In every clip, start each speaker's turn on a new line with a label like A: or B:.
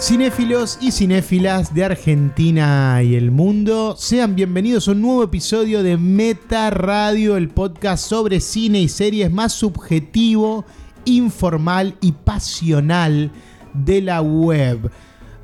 A: Cinéfilos y cinéfilas de Argentina y el mundo, sean bienvenidos a un nuevo episodio de Meta Radio, el podcast sobre cine y series más subjetivo, informal y pasional de la web.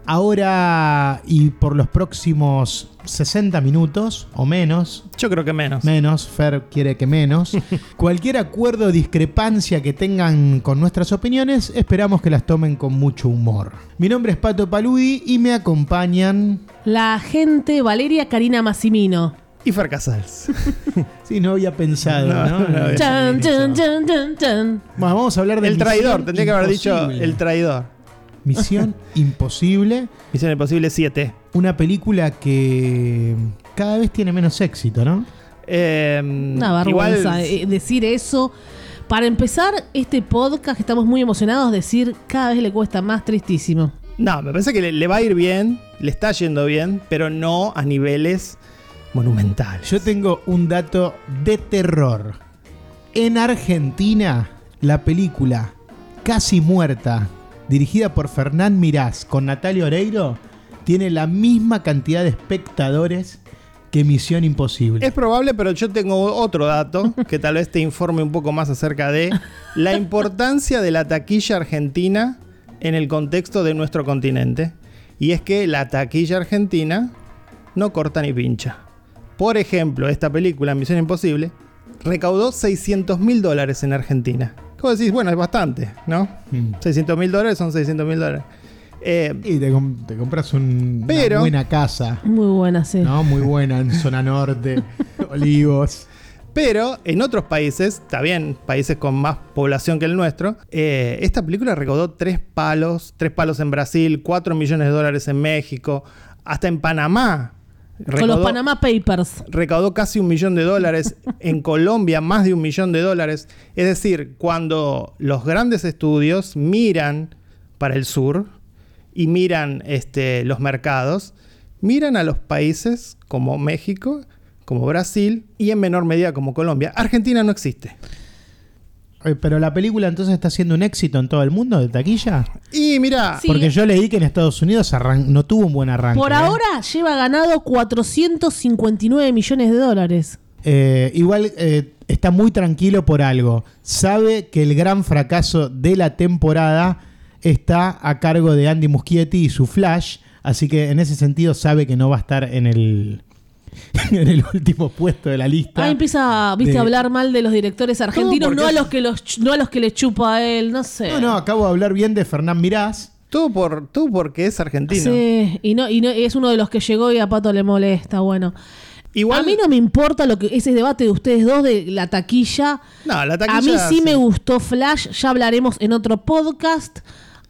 A: Ahora y por los próximos 60 minutos o menos,
B: Yo creo que menos.
A: menos, Fer quiere que menos, cualquier acuerdo o discrepancia que tengan con nuestras opiniones, esperamos que las tomen con mucho humor. Mi nombre es Pato Paludi y me acompañan...
C: La agente Valeria Karina Massimino.
B: Y Fer Casals.
A: Sí, no había pensado, ¿no?
B: No, no
A: No había
B: había
C: Chan,
A: pensado en
C: chan,
A: eso.
C: chan, chan, chan.
A: Bueno, vamos a hablar de
B: El traidor,
A: Misión
B: tendría que haber dicho
A: Imposible.
B: el traidor.
A: Misión Imposible,
B: Misión Imposible 7.
A: una película que cada vez tiene menos éxito, ¿no?
B: Eh,
C: Una vergüenza eh, decir eso. Para empezar este podcast, que estamos muy emocionados, decir cada vez le cuesta más tristísimo.
B: No, me parece que le, le va a ir bien, le está yendo bien, pero no a niveles monumentales.
A: Yo tengo un dato de terror. En Argentina, la película Casi Muerta, dirigida por Fernán Mirás con Natalia Oreiro, tiene la misma cantidad de espectadores que Misión Imposible.
B: Es probable, pero yo tengo otro dato que tal vez te informe un poco más acerca de la importancia de la taquilla argentina en el contexto de nuestro continente. Y es que la taquilla argentina no corta ni pincha. Por ejemplo, esta película, Misión Imposible, recaudó 600 mil dólares en Argentina. ¿Cómo decís? Bueno, es bastante, ¿no?
A: Mm.
B: 600 mil dólares son 600 mil dólares. Eh,
A: Y te, com- te compras un-
B: Pero-
A: una buena casa,
C: Muy buena, sí.
A: ¿no? Muy buena en zona norte, olivos.
B: Pero en otros países, está bien, países con más población que el nuestro, eh, esta película recaudó tres palos, tres palos en Brasil, 4 millones de dólares en México, hasta en Panamá.
C: Con los
B: recaudó-
C: Panama Papers.
B: recaudó casi un millón de dólares, en Colombia más de un millón de dólares. Es decir, cuando los grandes estudios miran para el sur y miran este, los mercados, miran a los países como México, como Brasil y en menor medida como Colombia. Argentina no existe.
A: Eh, Pero la película entonces está siendo un éxito en todo el mundo de taquilla.
B: Y mira,
C: Sí.
A: Porque yo leí que en Estados Unidos arran- no tuvo un buen arranque.
C: Por
A: ¿eh?
C: ahora lleva ganado 459 millones de dólares.
A: Eh, igual eh, está muy tranquilo por algo. Sabe que el gran fracaso de la temporada está a cargo de Andy Muschietti y su Flash. Así que en ese sentido sabe que no va a estar en el, en el último puesto de la lista.
C: Ahí Ah, empieza, viste,
A: de-
C: a hablar mal de los directores argentinos,
B: porque
C: no, a
B: es-
C: los que los, ch- no a los que le chupa a él, no sé.
A: No, no, acabo de hablar bien de Fernán Mirás.
B: todo, por, todo porque es argentino.
C: Sí, y no, y no- es uno de los que llegó y a Pato le molesta, bueno.
B: Igual,
C: A mí no me importa lo que ese debate de ustedes dos de la taquilla.
B: No, la
C: a mí
B: taquilla,
C: sí, me
B: sí.
C: gustó Flash, ya hablaremos en otro podcast.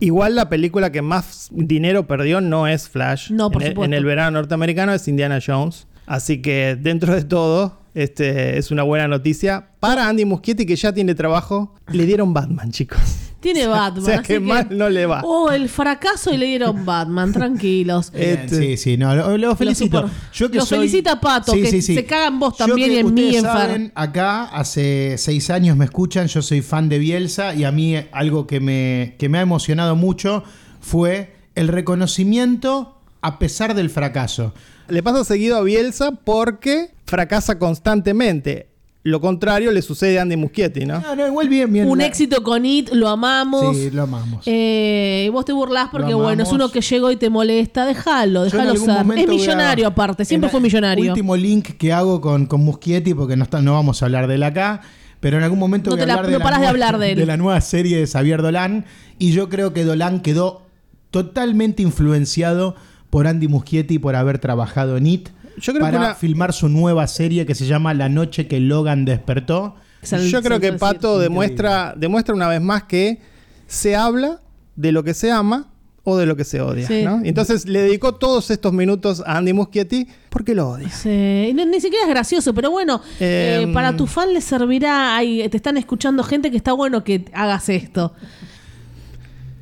B: Igual la película que más dinero perdió no es Flash.
C: No, por
B: en, el-
C: supuesto.
B: en el verano norteamericano es Indiana Jones. Así que dentro de todo, este, es una buena noticia. Para Andy Muschietti, que ya tiene trabajo, le dieron Batman, chicos.
C: Tiene Batman.
B: o sea
C: así
B: que mal no le va.
C: Oh, el fracaso y le dieron Batman, tranquilos.
A: Bien,
B: Este-
A: sí, sí, no, lo, lo felicito.
C: super-
A: Yo que
C: lo
A: soy-
C: felicita Pato, que se caga en vos también
A: que
C: y en mí,
A: ustedes
C: en Fer.
A: saben, Acá hace seis años me escuchan, yo soy fan de Bielsa y a mí eh, algo que me, que me ha emocionado mucho fue el reconocimiento a pesar del fracaso.
B: Le pasa seguido a Bielsa porque fracasa constantemente. Lo contrario le sucede a Andy Muschietti, ¿no?
A: No, no, igual bien, bien.
C: Un
A: la-
C: éxito con It, lo amamos.
A: Sí, lo amamos.
C: Eh, y vos te burlás porque,
A: Lo
C: bueno, es
A: amamos.
C: uno que llegó y te molesta. Déjalo,
A: Yo en
C: déjalo
A: algún
C: ser.
A: momento
C: Es
A: voy a-
C: millonario aparte, siempre
A: en
C: fue
A: el
C: millonario.
A: Último link que hago con, con Muschietti, porque no, está- no vamos a hablar de él acá, pero en algún momento
C: No
A: voy a
C: te la-
A: hablar
C: no
A: la
C: parás de
A: nueva-
C: hablar de él.
A: la nueva serie de Xavier Dolan, y yo creo que Dolan quedó totalmente influenciado por Andy Muschietti por haber trabajado en IT
B: Yo creo
A: para
B: que una-
A: filmar su nueva serie que se llama La noche que Logan despertó.
C: Es el-
B: Yo creo que
C: es el-
B: Pato demuestra, demuestra una vez más que se habla de lo que se ama o de lo que se odia.
C: Sí.
B: ¿no? Entonces le dedicó todos estos minutos a Andy Muschietti porque lo odia.
C: Sí, no- ni siquiera es gracioso, pero bueno, eh,
B: Em.
C: para tu fan le servirá. Ay, te están escuchando gente que está bueno que hagas esto.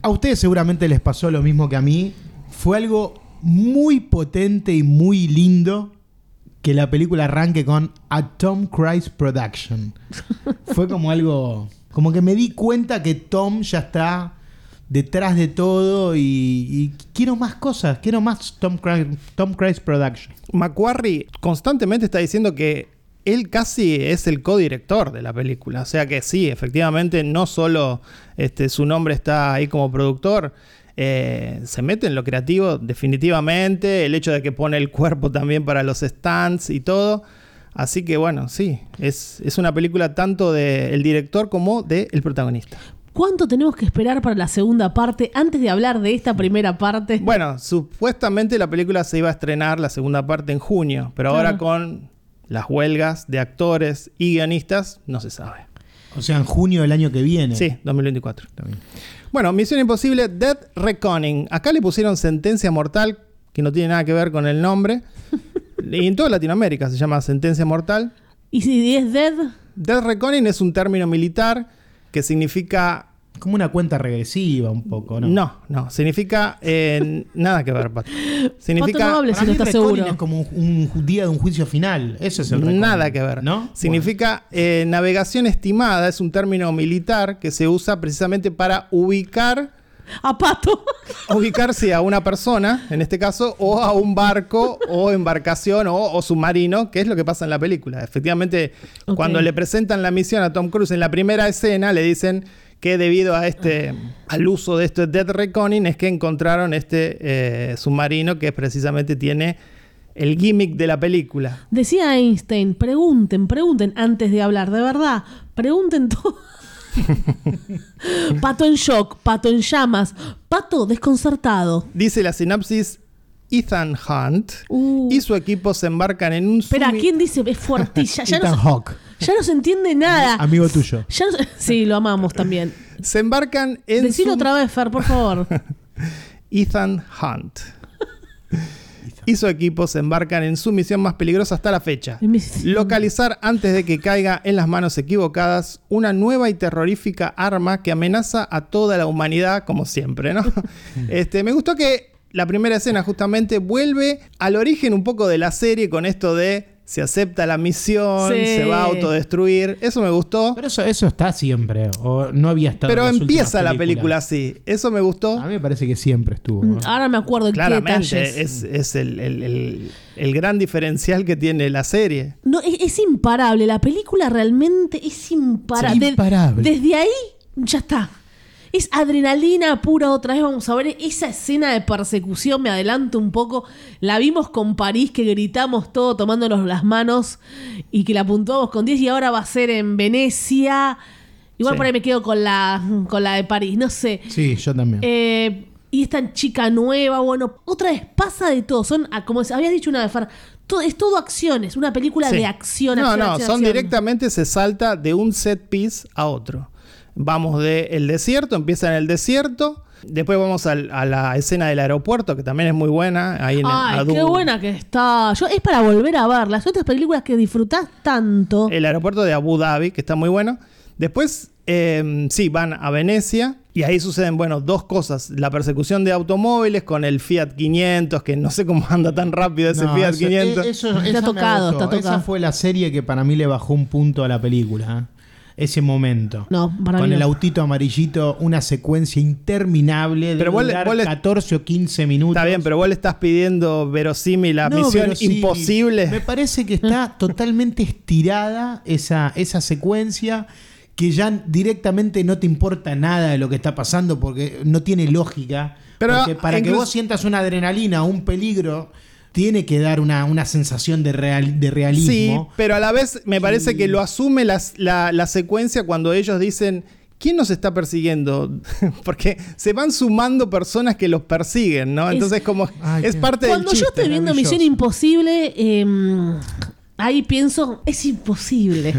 A: A ustedes seguramente les pasó lo mismo que a mí. Fue algo muy potente y muy lindo que la película arranque con A Tom Cruise Production. Fue como algo... Como que me di cuenta que Tom ya está detrás de todo y, y quiero más cosas, quiero más Tom Cruise, Tom Cruise Production.
B: Macquarie constantemente está diciendo que él casi es el codirector de la película. O sea que sí, efectivamente, no solo este, su nombre está ahí como productor, eh, se mete en lo creativo definitivamente, el hecho de que pone el cuerpo también para los stands y todo. Así que bueno, sí, es, es una película tanto del director como del protagonista.
C: ¿Cuánto tenemos que esperar para la segunda parte antes de hablar de esta primera parte?
B: Bueno, supuestamente la película se iba a estrenar la segunda parte en junio, pero ahora
C: Claro.
B: con las huelgas de actores y guionistas no se sabe.
A: O sea, en junio del año que viene.
B: Sí, 2024.
A: También.
B: Bueno, Misión Imposible, Dead Reckoning. Acá le pusieron sentencia mortal, que no tiene nada que ver con el nombre. Y en toda Latinoamérica se llama sentencia mortal.
C: ¿Y si es Dead?
B: Death Reckoning es un término militar que significa...
A: Como una cuenta regresiva un poco, ¿no?
B: No, no, significa... eh, nada que ver, Pato. Significa...
C: no hable.
A: Para
C: Si
A: mí
C: no está
A: Reconin
C: seguro.
A: es como un, un día de un juicio final. Eso es el Reconin,
B: Nada que ver.
A: ¿No?
B: Significa eh, navegación estimada, es un término militar que se usa precisamente para ubicar,
C: ¡A pato!
B: ubicarse a una persona, en este caso, o a un barco, o embarcación, o, o submarino, que es lo que pasa en la película. Efectivamente,
C: Ok.
B: cuando le presentan la misión a Tom Cruise en la primera escena, le dicen que debido a este, al uso de este Dead Reckoning, es que encontraron este eh, submarino que precisamente tiene el gimmick de la película.
C: Decía Einstein, pregunten, pregunten antes de hablar, de verdad, pregunten todo. pato en shock, pato en llamas, pato desconcertado.
B: Dice la sinapsis Ethan Hunt
C: Uh.
B: y su equipo se embarcan en un
C: Espera,
B: sumi-
C: ¿quién dice? Es fuertilla, ya,
A: Ethan
C: no, Ah. se-
A: Hawke,
C: ya no se entiende nada.
A: amigo tuyo.
C: Ya no se- sí, lo amamos también.
B: se embarcan en
C: Decilo
B: sum-
C: otra vez, Fer, por favor.
B: Ethan Hunt. Y su equipo se embarcan en su misión más peligrosa hasta la fecha.
C: Mi misión.
B: Localizar antes de que caiga en las manos equivocadas una nueva y terrorífica arma que amenaza a toda la humanidad, como siempre, ¿no? este, me gustó que la primera escena justamente vuelve al origen un poco de la serie con esto de se acepta la misión,
C: Sí.
B: se va a autodestruir. Eso me gustó.
A: Pero eso, eso está siempre. O no había estado. en
B: Pero
A: las
B: empieza
A: últimas
B: la película
A: películas.
B: así. Eso me gustó.
A: A mí me parece que siempre estuvo. ¿no?
C: Ahora me acuerdo en qué detalles.
B: Claramente, es, es el, el- el- el gran diferencial que tiene la serie.
C: No, es, es imparable. La película realmente es
A: Sí,
C: imparable. Del-
A: imparable.
C: desde ahí ya está. Es adrenalina pura otra vez. Vamos a ver esa escena de persecución. Me adelanto un poco. La vimos con París, que gritamos todo tomándonos las manos y que la apuntamos con 10 y ahora va a ser en Venecia. Igual
B: Sí.
C: por ahí me quedo con la, con la de París, no sé.
A: Sí, yo también.
C: Eh, y esta chica nueva, bueno, otra vez pasa de todo. Son, ah, como habías dicho una vez, Far, todo, es todo acciones, una película
B: Sí.
C: de acción.
B: No,
C: acción,
B: no,
C: acción,
B: son
C: acción.
B: directamente se salta de un set piece a otro. Vamos del el desierto, empieza en el desierto. Después vamos al- a la escena del aeropuerto, que también es muy buena. Ahí en
C: Ay,
B: Adu.
C: qué buena que está. Yo, es para volver a ver las otras películas que disfrutás tanto.
B: El aeropuerto de Abu Dhabi, que está muy bueno. Después, eh, sí, van a Venecia y ahí suceden, bueno, dos cosas. La persecución de automóviles con el Fiat 500, que no sé cómo anda tan rápido ese
A: No,
B: Fiat
A: eso-
B: 500.
A: eh, eso- esa me
C: tocado,
A: agotó.
C: está tocado.
A: Esa fue la serie que para mí le bajó un punto a la película. ¿eh? Ese momento.
C: No, para
A: Con
C: mí no.
A: el autito amarillito, una secuencia interminable de
B: Pero vos le-
A: durar
B: vos le-
A: 14 o 15 minutos.
B: Está bien, pero vos le estás pidiendo verosímil a
A: No,
B: Misión
A: pero sí,
B: Imposible.
A: Me parece que está totalmente estirada esa, esa secuencia que ya directamente no te importa nada de lo que está pasando porque no tiene lógica.
B: Pero,
A: Porque para que
B: incluso-
A: vos sientas una adrenalina o un peligro, tiene que dar una, una sensación de, real, de
B: Sí,
A: realismo.
B: pero a la vez me parece que lo asume las- la, la secuencia cuando ellos dicen, ¿quién nos está persiguiendo? Porque se van sumando personas que los persiguen, ¿no?
C: Es-
B: Entonces como
A: Ay,
B: es
A: qué-
B: parte del
C: Cuando yo
B: chiste.
C: estoy viendo
A: maravilloso.
C: Misión Imposible, eh, ahí pienso, es imposible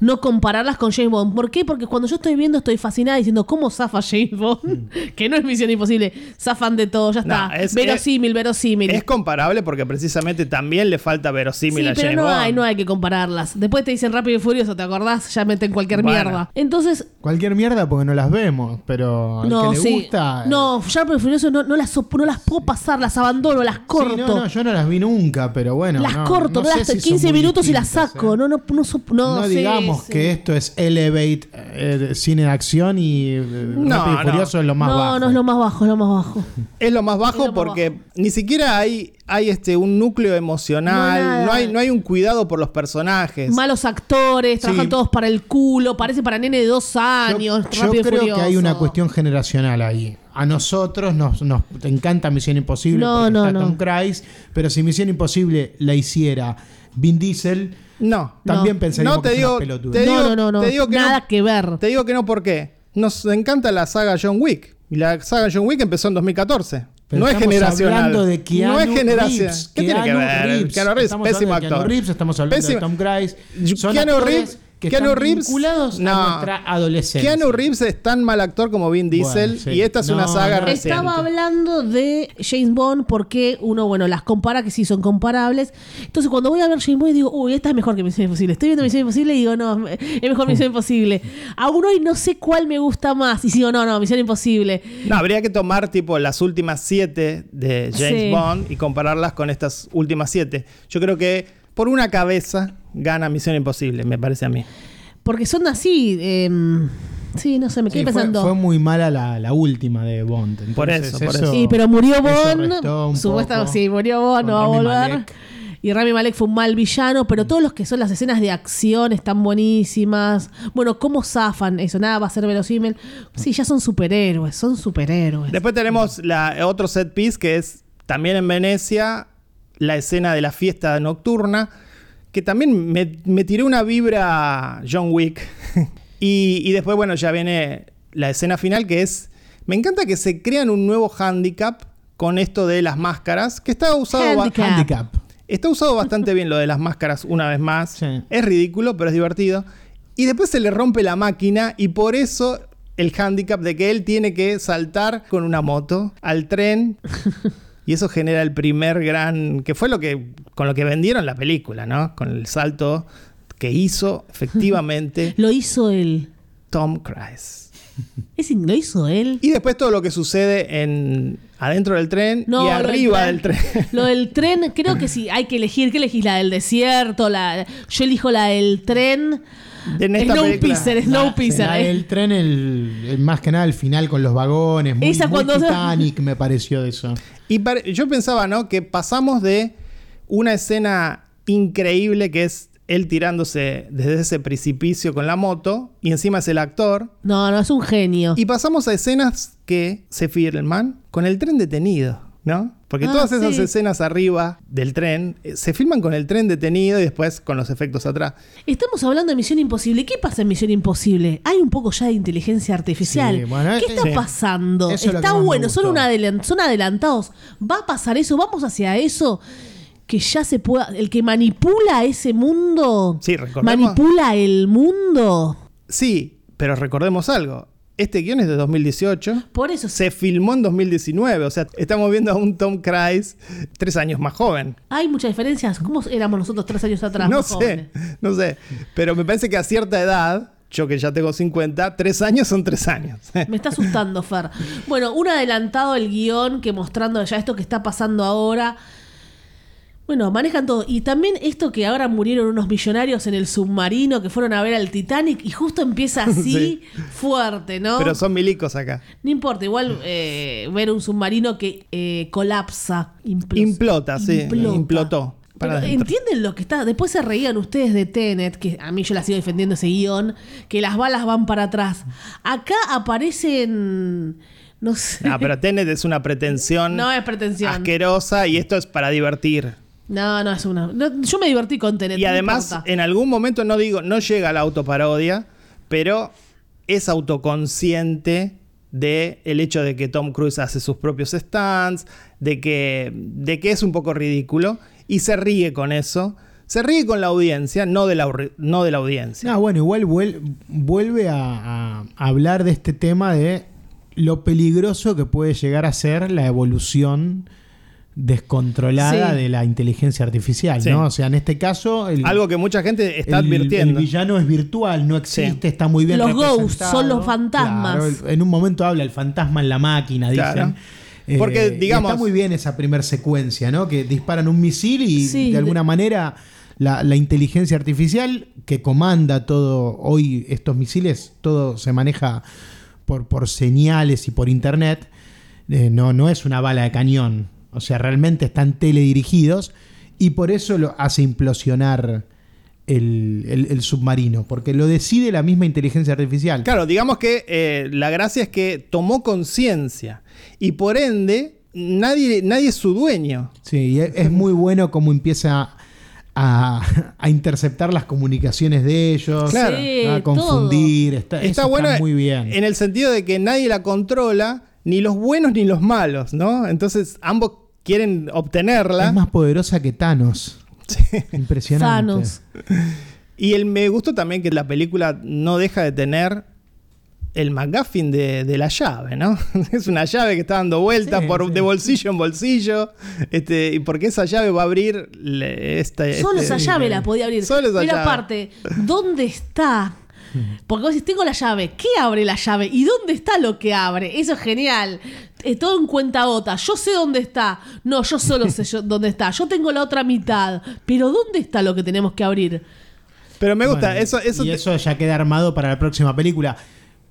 C: no compararlas con James Bond. ¿Por qué? Porque cuando yo estoy viendo estoy fascinada diciendo, ¿cómo zafa James Bond? que no es Misión Imposible, zafan de todo, ya está.
B: Mm. No, es-
C: verosímil, verosímil.
B: Es comparable porque precisamente también le falta
C: Sí,
B: verosímil a
C: pero
B: James
C: no
B: Bond.
C: hay, no hay que compararlas. Después te dicen rápido y furioso, ¿te acordás? Ya meten cualquier
B: Bueno.
C: mierda. Entonces,
A: Cualquier mierda porque no las vemos, pero al
C: no,
A: que le
C: sí.
B: eh.
A: gusta.
C: No, rápido y furioso no, no las, sop- no las puedo pasar, las abandono, las
A: Sí,
C: corto.
A: no, no, yo no las vi nunca, pero bueno.
C: Las
A: no,
C: corto,
A: no
C: no
A: sé
C: las-
A: si son
C: 15 minutos y la
A: distintas,
C: saco.
A: ¿eh?
C: No, no, no, sup- no,
A: No
C: sí,
A: digamos
C: sí.
A: que esto es Elevate eh, cine de acción y eh, Rápido y
B: no.
A: Furioso es lo más
C: no,
A: bajo.
C: no es lo más bajo, es lo más bajo.
B: Es lo más bajo
C: Es lo más
B: porque ni siquiera hay, hay este, un núcleo
C: No,
B: emocional,
C: nada.
B: no, hay, no hay un cuidado por los personajes.
C: Malos actores, trabajan
A: Sí.
C: todos para el culo, parece para nene de dos
A: Yo-
C: años.
A: yo
C: Rápido y
A: creo que hay
C: Furioso.
A: una cuestión generacional ahí. A nosotros nos, nos encanta Misión Imposible
C: No,
A: porque
C: no,
A: está
C: no.
A: Tom Cruise, pero si Misión Imposible la hiciera Vin Diesel,
B: No.
A: también
C: No.
A: pensaríamos
B: No, te
A: que es una
B: digo-
A: pelotuda.
B: te
C: no,
B: digo-
C: no, no, no.
B: te digo que
C: Nada
B: no-
C: que ver.
B: Te digo que no porque nos encanta la saga John Wick. Y la saga John Wick empezó en 2014.
A: Pero
B: no es
A: estamos
B: generacional.
A: hablando de Keanu
B: no es generacional.
A: Reeves.
B: ¿Qué tiene que
A: Keanu
B: ver?
A: Reeves.
B: Keanu Reeves,
A: Estamos
B: pésimo
A: hablando de Keanu
B: actor.
A: Reeves, estamos hablando
B: Pésimo-
A: de Tom Cruise. Son
B: Keanu
A: actores
B: Reeves-
A: que
B: Keanu
A: están
B: Reeves-
A: vinculados a
B: no.
A: nuestra adolescencia.
B: Keanu Reeves es tan mal actor como Vin Diesel
A: Bueno, sí.
B: y esta es
A: No,
B: una saga
A: no.
B: reciente.
C: Estaba hablando de James Bond porque uno, bueno, las compara que sí son comparables. Entonces, cuando voy a ver James Bond digo, uy, esta es mejor que Misión Imposible. Estoy viendo Misión Imposible y digo, no, es mejor Misión Imposible. Aún hoy no sé cuál me gusta más. Y digo, no, no, Misión Imposible.
B: No, habría que tomar tipo las últimas siete de James
C: Sí.
B: Bond y compararlas con estas últimas siete. Yo creo que por una cabeza gana Misión Imposible, me parece a mí.
C: Porque son así. em, sí, no sé, me
A: Sí, fue-
C: quedé pensando.
A: Fue, muy mala la, la última de Bond. Entonces,
B: Por eso, por eso.
C: Sí, pero murió
A: eso restó
C: Bond.
A: un
C: Supuestamente,
A: poco
C: sí, murió Bond,
A: con
C: no va a
A: Rami
C: volver.
A: Malek.
C: Y Rami Malek fue un mal villano, pero todos los que son las escenas de acción están buenísimas. Bueno, ¿cómo zafan eso? Nada va a ser verosímil. Sí, ya son superhéroes, son superhéroes.
B: Después tenemos la, otro set piece que es también en Venecia, la escena de la fiesta nocturna, que también me, me tiró una vibra John Wick. y, y después, bueno, ya viene la escena final que es... Me encanta que se crean un nuevo handicap con esto de las máscaras, que está usado... ba-
C: Handicap.
A: Handicap.
B: Está usado bastante bien lo de las máscaras una vez más.
A: Sí.
B: Es ridículo, pero es divertido. Y después se le rompe la máquina y por eso el hándicap de que él tiene que saltar con una moto al tren. Y eso genera el primer gran... que fue lo que con lo que vendieron la película, ¿no? Con el salto que hizo efectivamente
C: Lo hizo él.
B: Tom Cruise.
C: Es in- lo hizo él.
B: Y después todo lo que sucede en adentro del tren
C: No,
B: y
C: lo del
B: arriba
C: tren.
B: del tren.
C: Lo del tren, creo que sí, hay que elegir. ¿Qué elegís? ¿La del desierto? La, yo elijo la del tren.
B: En esta película.
C: Snowpiercer, Snowpiercer.
A: La
C: eh.
A: del tren, el, el- más que nada el final con los vagones. Muy,
C: Esa
A: muy
C: cuando-
A: Titanic me pareció de eso.
B: Y pare- yo pensaba, ¿no? Que pasamos de una escena increíble que es él tirándose desde ese precipicio con la moto y encima es el actor.
C: No, no, es un genio.
B: Y pasamos a escenas que se filman con el tren detenido, ¿no? Porque
C: Ah,
B: todas esas
C: sí.
B: escenas arriba del tren eh, se filman con el tren detenido y después con los efectos atrás.
C: Estamos hablando de Misión Imposible. ¿Qué pasa en Misión Imposible? Hay un poco ya de inteligencia artificial.
A: Sí, bueno,
C: ¿Qué
A: eh,
C: está
A: sí.
C: pasando?
A: Eso es lo
C: está
A: que más me
C: bueno, son,
A: gustó.
C: un adelan- son adelantados. ¿Va a pasar eso? ¿Vamos hacia eso? Que ya se pueda. El que manipula ese mundo.
B: Sí, recordemos-
C: Manipula el mundo.
B: Sí, pero recordemos algo. Este guión es de 2018.
C: Por eso.
B: Se filmó en 2019, o sea, estamos viendo a un Tom Cruise tres años más joven.
C: Hay muchas diferencias. ¿Cómo éramos nosotros tres años atrás?
B: No
C: más
B: sé,
C: jóvenes?
B: no sé. Pero me parece que a cierta edad, yo que ya tengo 50, tres años son tres años.
C: Me está asustando, Fer. Bueno, un adelantado el guión que mostrando ya esto que está pasando ahora. Bueno, manejan todo. Y también esto que ahora murieron unos millonarios en el submarino que fueron a ver al Titanic y justo empieza así fuerte, ¿no?
B: Pero son milicos acá.
C: No importa, igual eh, ver un submarino que eh, colapsa. implos-
B: Implota, sí, implotó para
C: Pero
B: adentro.
C: entienden lo que está. Después se reían ustedes de Tenet, que a mí yo la sigo defendiendo ese guión, que las balas van para atrás. Acá aparecen. No sé.
B: Ah, pero Tenet es una pretensión
C: No es pretensión.
B: asquerosa y esto es para divertir.
C: No, no es una. no, yo me divertí con Tenet.
B: Y
C: no
B: además, eh,
C: importa.
B: en algún momento no digo, no llega a la autoparodia, pero es autoconsciente de el hecho de que Tom Cruise hace sus propios stands, de que, de que es un poco ridículo y se ríe con eso. Se ríe con la audiencia, no de la, aurri- no de la audiencia.
A: No, bueno, igual vuel- vuelve a, a hablar de este tema de lo peligroso que puede llegar a ser la evolución descontrolada
C: Sí.
A: de la inteligencia artificial,
B: Sí.
A: ¿no? O sea, en este caso... El,
B: Algo que mucha gente está
A: el-
B: advirtiendo.
A: El villano es virtual, no existe,
B: Sí.
A: está muy bien
C: Los ghosts
A: representado.
C: son los fantasmas.
A: Claro, en un momento habla el fantasma en la máquina, dicen. Eh,
B: Claro. Porque,
A: y
B: digamos-
A: Está muy bien esa primer secuencia, ¿no? Que disparan un misil y
C: Sí,
A: de alguna
C: de-
A: manera la, la inteligencia artificial que comanda todo hoy estos misiles, todo se maneja por, por señales y por internet. Eh, no, no es una bala de cañón. O sea, realmente están teledirigidos y por eso lo hace implosionar el, el- el submarino, porque lo decide la misma inteligencia artificial.
B: Claro, digamos que eh, la gracia es que tomó conciencia y por ende nadie, nadie es su dueño.
A: Sí, y es, es muy bueno cómo empieza a, a interceptar las comunicaciones de ellos,
B: Claro.
C: Sí,
A: a confundir. Está, eso
B: Está
A: está
B: bueno
A: muy bien.
B: en el sentido de que nadie la controla, ni los buenos ni los malos, ¿no? Entonces ambos quieren obtenerla.
A: Es más poderosa que Thanos.
C: todo.
A: Impresionante.
C: Thanos.
B: Y el, me gustó también que la película no deja de tener el McGuffin de, de la llave, ¿no? Es una llave que está dando vueltas
A: Sí,
B: por,
A: sí.
B: de bolsillo en bolsillo, este, y porque esa llave va a abrir le- esta...
C: Solo
B: este-
C: esa llave la podía abrir.
B: Solo esa
C: Pero
B: llave.
C: aparte, ¿dónde está? Porque vos decís, tengo la llave. ¿Qué abre la llave? ¿Y dónde está lo que abre? Eso es genial. Eh, todo en cuenta gota. Yo sé dónde está. No, yo solo sé yo- dónde está. Yo tengo la otra mitad. Pero ¿dónde está lo que tenemos que abrir?
B: Pero me gusta,
A: Bueno,
B: eso... eso
A: y
B: te-
A: eso ya queda armado para la próxima película.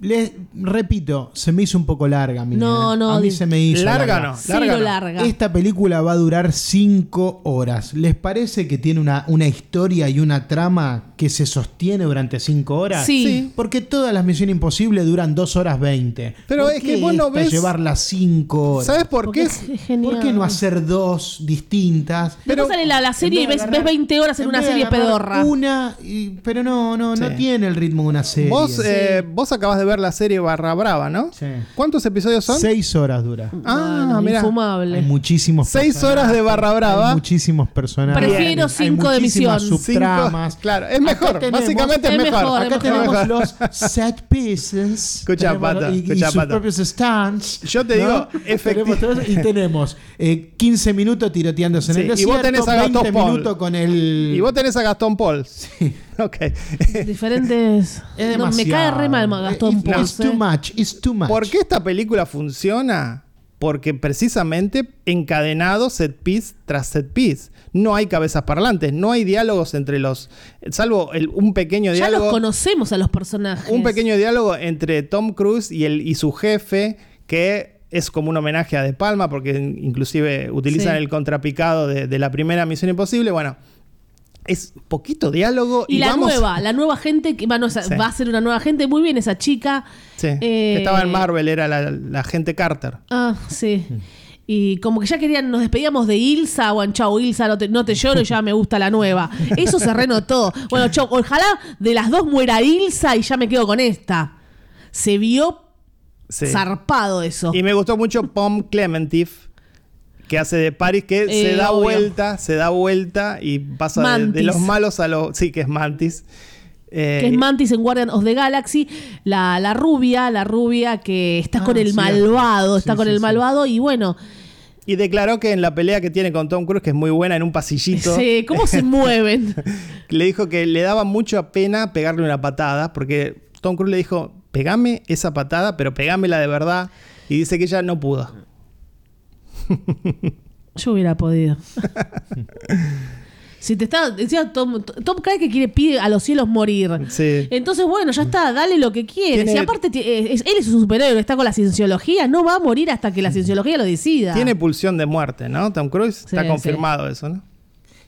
A: Les repito, se me hizo un poco larga, mi
C: No,
A: nena.
C: no,
A: A mí
C: di-
A: se me hizo
B: Larga
A: larga.
B: no.
C: Sí,
B: larga
C: lo
B: no.
C: larga.
A: Esta película va a durar 5 horas. ¿Les parece que tiene una, una historia y una trama que se sostiene durante 5 horas?
C: Sí.
B: Sí.
A: Porque todas las Misiones Imposibles duran 2 horas 20.
B: Pero
A: ¿Por
B: es
A: qué
B: que vos no
A: esta
B: ves-
A: llevarla 5 horas.
B: ¿Sabes por qué?
C: es genial.
A: ¿Por qué no hacer dos distintas?
B: Pero-
C: Pero sale la, la serie y
A: En vez
C: ves,
A: de
C: ves
A: agarrar-
C: 20 horas en,
A: en
C: una
A: vez de
C: serie
A: agarrar
C: pedorra.
A: Una, y- pero no, no,
B: Sí.
A: no tiene el ritmo de una serie.
B: Vos, eh, vos acabás de ver la serie Barra Brava, ¿no?
A: Sí.
B: ¿Cuántos episodios son?
A: Seis horas dura.
B: Ah,
C: Bueno,
B: mirá.
A: Hay
C: infumable.
A: muchísimos
B: Seis horas de Barra Brava.
A: Hay muchísimos personajes.
C: Prefiero
A: Bien. Hay
C: cinco de
A: muchísimas
C: misión.
B: Cinco-
A: subtramas.
B: Claro, es
A: Acá
B: mejor.
A: tenemos-
B: Básicamente es
C: es
B: mejor.
C: mejor,
A: Acá
C: es mejor.
A: tenemos los set pieces.
B: Escucha,
A: tenemos
B: pata,
A: y, y
B: escucha,
A: sus
B: pata.
A: propios stands.
B: Yo te digo, efecti-
A: Tenemos todo eso y tenemos eh, 15 minutos tiroteándose en
B: Sí,
A: el
B: y
A: desierto.
B: vos tenés a
A: 20
B: Gastón Paul.
A: minutos con el...
B: Y vos tenés a Gastón Paul.
A: Sí.
B: Ok.
C: Diferentes.
A: Es
C: No, me
A: demasiado.
C: cae re mal Gastón eh.
A: It- It's
C: Ponce.
A: too much, it's too much.
B: ¿Por qué esta película funciona? Porque precisamente encadenado set piece tras set piece. No hay cabezas parlantes, no hay diálogos entre los. Salvo el- un pequeño
C: Ya los
B: diálogo.
C: conocemos a los personajes.
B: un pequeño diálogo entre Tom Cruise y, el, y su jefe, que es como un homenaje a De Palma, porque in- inclusive utilizan
C: Sí.
B: el contrapicado de, de la primera Misión Imposible. Bueno, es poquito diálogo. Y,
C: Y, la
B: vamos-
C: nueva, la nueva gente que bueno, esa-
B: Sí.
C: va a ser una nueva gente. Muy bien, esa chica.
B: Sí, que
C: Eh,
B: estaba en Marvel, era la, la gente Carter.
C: Ah, sí.
B: Mm.
C: Y como que ya querían, nos despedíamos de Ilsa, bueno, chau, Ilsa, no te, no te lloro, ya me gusta la nueva. Eso se renotó. Bueno, chau, ojalá de las dos muera Ilsa y ya me quedo con esta. Se vio
B: Sí.
C: zarpado eso.
B: Y me gustó mucho Pom Clementif, que hace de Paris, que se
C: Eh,
B: da
C: obvio.
B: vuelta, se da vuelta y pasa de- de,
C: Mantis.
B: los malos a los. Sí, que es Mantis. Eh,
C: que es Mantis en Guardian of the Galaxy, la, la rubia, la rubia que está
A: Ah,
C: con el
A: cierto.
C: malvado,
A: Sí,
C: está con
A: sí,
C: el
A: sí.
C: malvado y bueno,
B: Y declaró que en la pelea que tiene con Tom Cruise, que es muy buena en un pasillito,
C: se- ¿cómo se mueven?
B: le dijo que le daba mucha pena pegarle una patada, porque Tom Cruise le dijo, pegame esa patada, pero pegámela de verdad. Y dice que ella no pudo.
C: Yo hubiera podido. Si te está. Decía Tom, Tom Cruise que quiere, pide a los cielos morir.
B: Sí.
C: Entonces, bueno, ya está, dale lo que quieres.
B: Tiene-
C: y aparte, ti- eh, es- él es un superhéroe, está con la cienciología, no va a morir hasta que la cienciología lo decida.
B: Tiene pulsión de muerte, ¿no? Tom Cruise está
C: Sí,
B: confirmado eso, ¿no?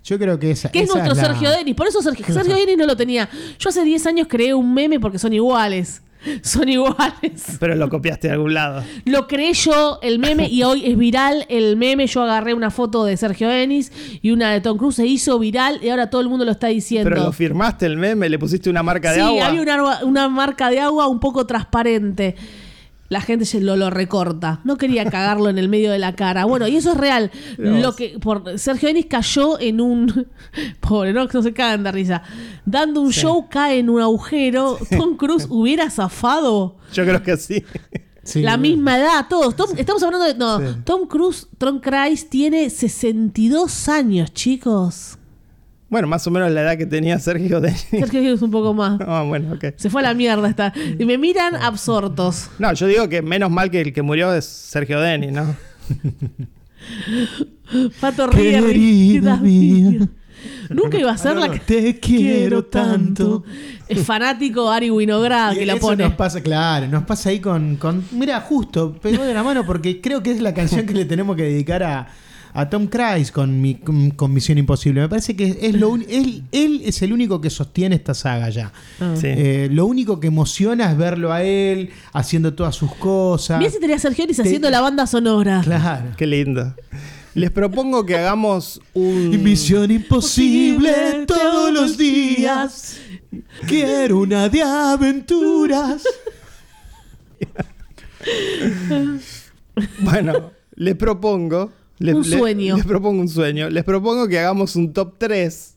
A: Yo creo que esa
C: que es
A: esa
C: nuestro
A: la-
C: Sergio Denis. Por eso Sergio, Sergio Denis no lo tenía. Yo hace 10 años creé un meme porque son iguales. Son iguales.
B: Pero lo copiaste de algún lado.
C: Lo creé yo el meme y hoy es viral el meme. Yo agarré una foto de Sergio Denis y una de Tom Cruise se hizo viral y ahora todo el mundo lo está diciendo.
B: Pero lo firmaste el meme, le pusiste una marca
C: sí,
B: de agua.
C: había una, arba- una marca de agua un poco transparente. La gente se lo, lo recorta. No quería cagarlo en el medio de la cara. Bueno, y eso es real.
B: Mirá vos.
C: Lo que por Sergio Denis cayó en un pobre, no, no se cagan de risa. Dando un show cae en un agujero. Tom Cruise hubiera zafado.
B: Yo creo que sí.
A: Sí.
C: La misma edad, todos. Tom- Estamos hablando de. No, Tom Cruise, Tom Cruise tiene 62 años, chicos.
B: Bueno, más o menos la edad que tenía Sergio Denis.
C: Sergio Denis un poco más.
B: Ah, bueno, ok.
C: Se fue a la mierda esta. Y me miran
A: Ah.
C: absortos.
B: No, yo digo que menos mal que el que murió es Sergio Denis, ¿no?
C: Pato ríe,
A: Querida
C: ríe.
A: mía,
C: Nunca iba a ser la que
A: Te quiero tanto.
C: El fanático Ari Winograd
A: Y
C: Ah, que la
A: eso
C: pone.
A: nos pasa, claro, nos pasa ahí con, con. Mira, justo, pegó de la mano porque creo que es la canción que le tenemos que dedicar a, a Tom Cruise con, mi, con, con Misión Imposible. Me parece que es lo uni- él, él es el único que sostiene esta saga ya.
C: Ah.
B: Sí.
A: Eh, lo único que emociona es verlo a él haciendo todas sus cosas.
C: Mirá si tenía Sergio Eris
A: Te-
C: haciendo la banda sonora.
A: Claro.
B: Qué lindo. Les propongo que hagamos un.
A: Misión imposible todos los días. Quiero una de aventuras.
B: Bueno, les propongo. les-
C: Un
B: les-
C: sueño.
B: Les propongo un sueño. Les propongo que hagamos un top 3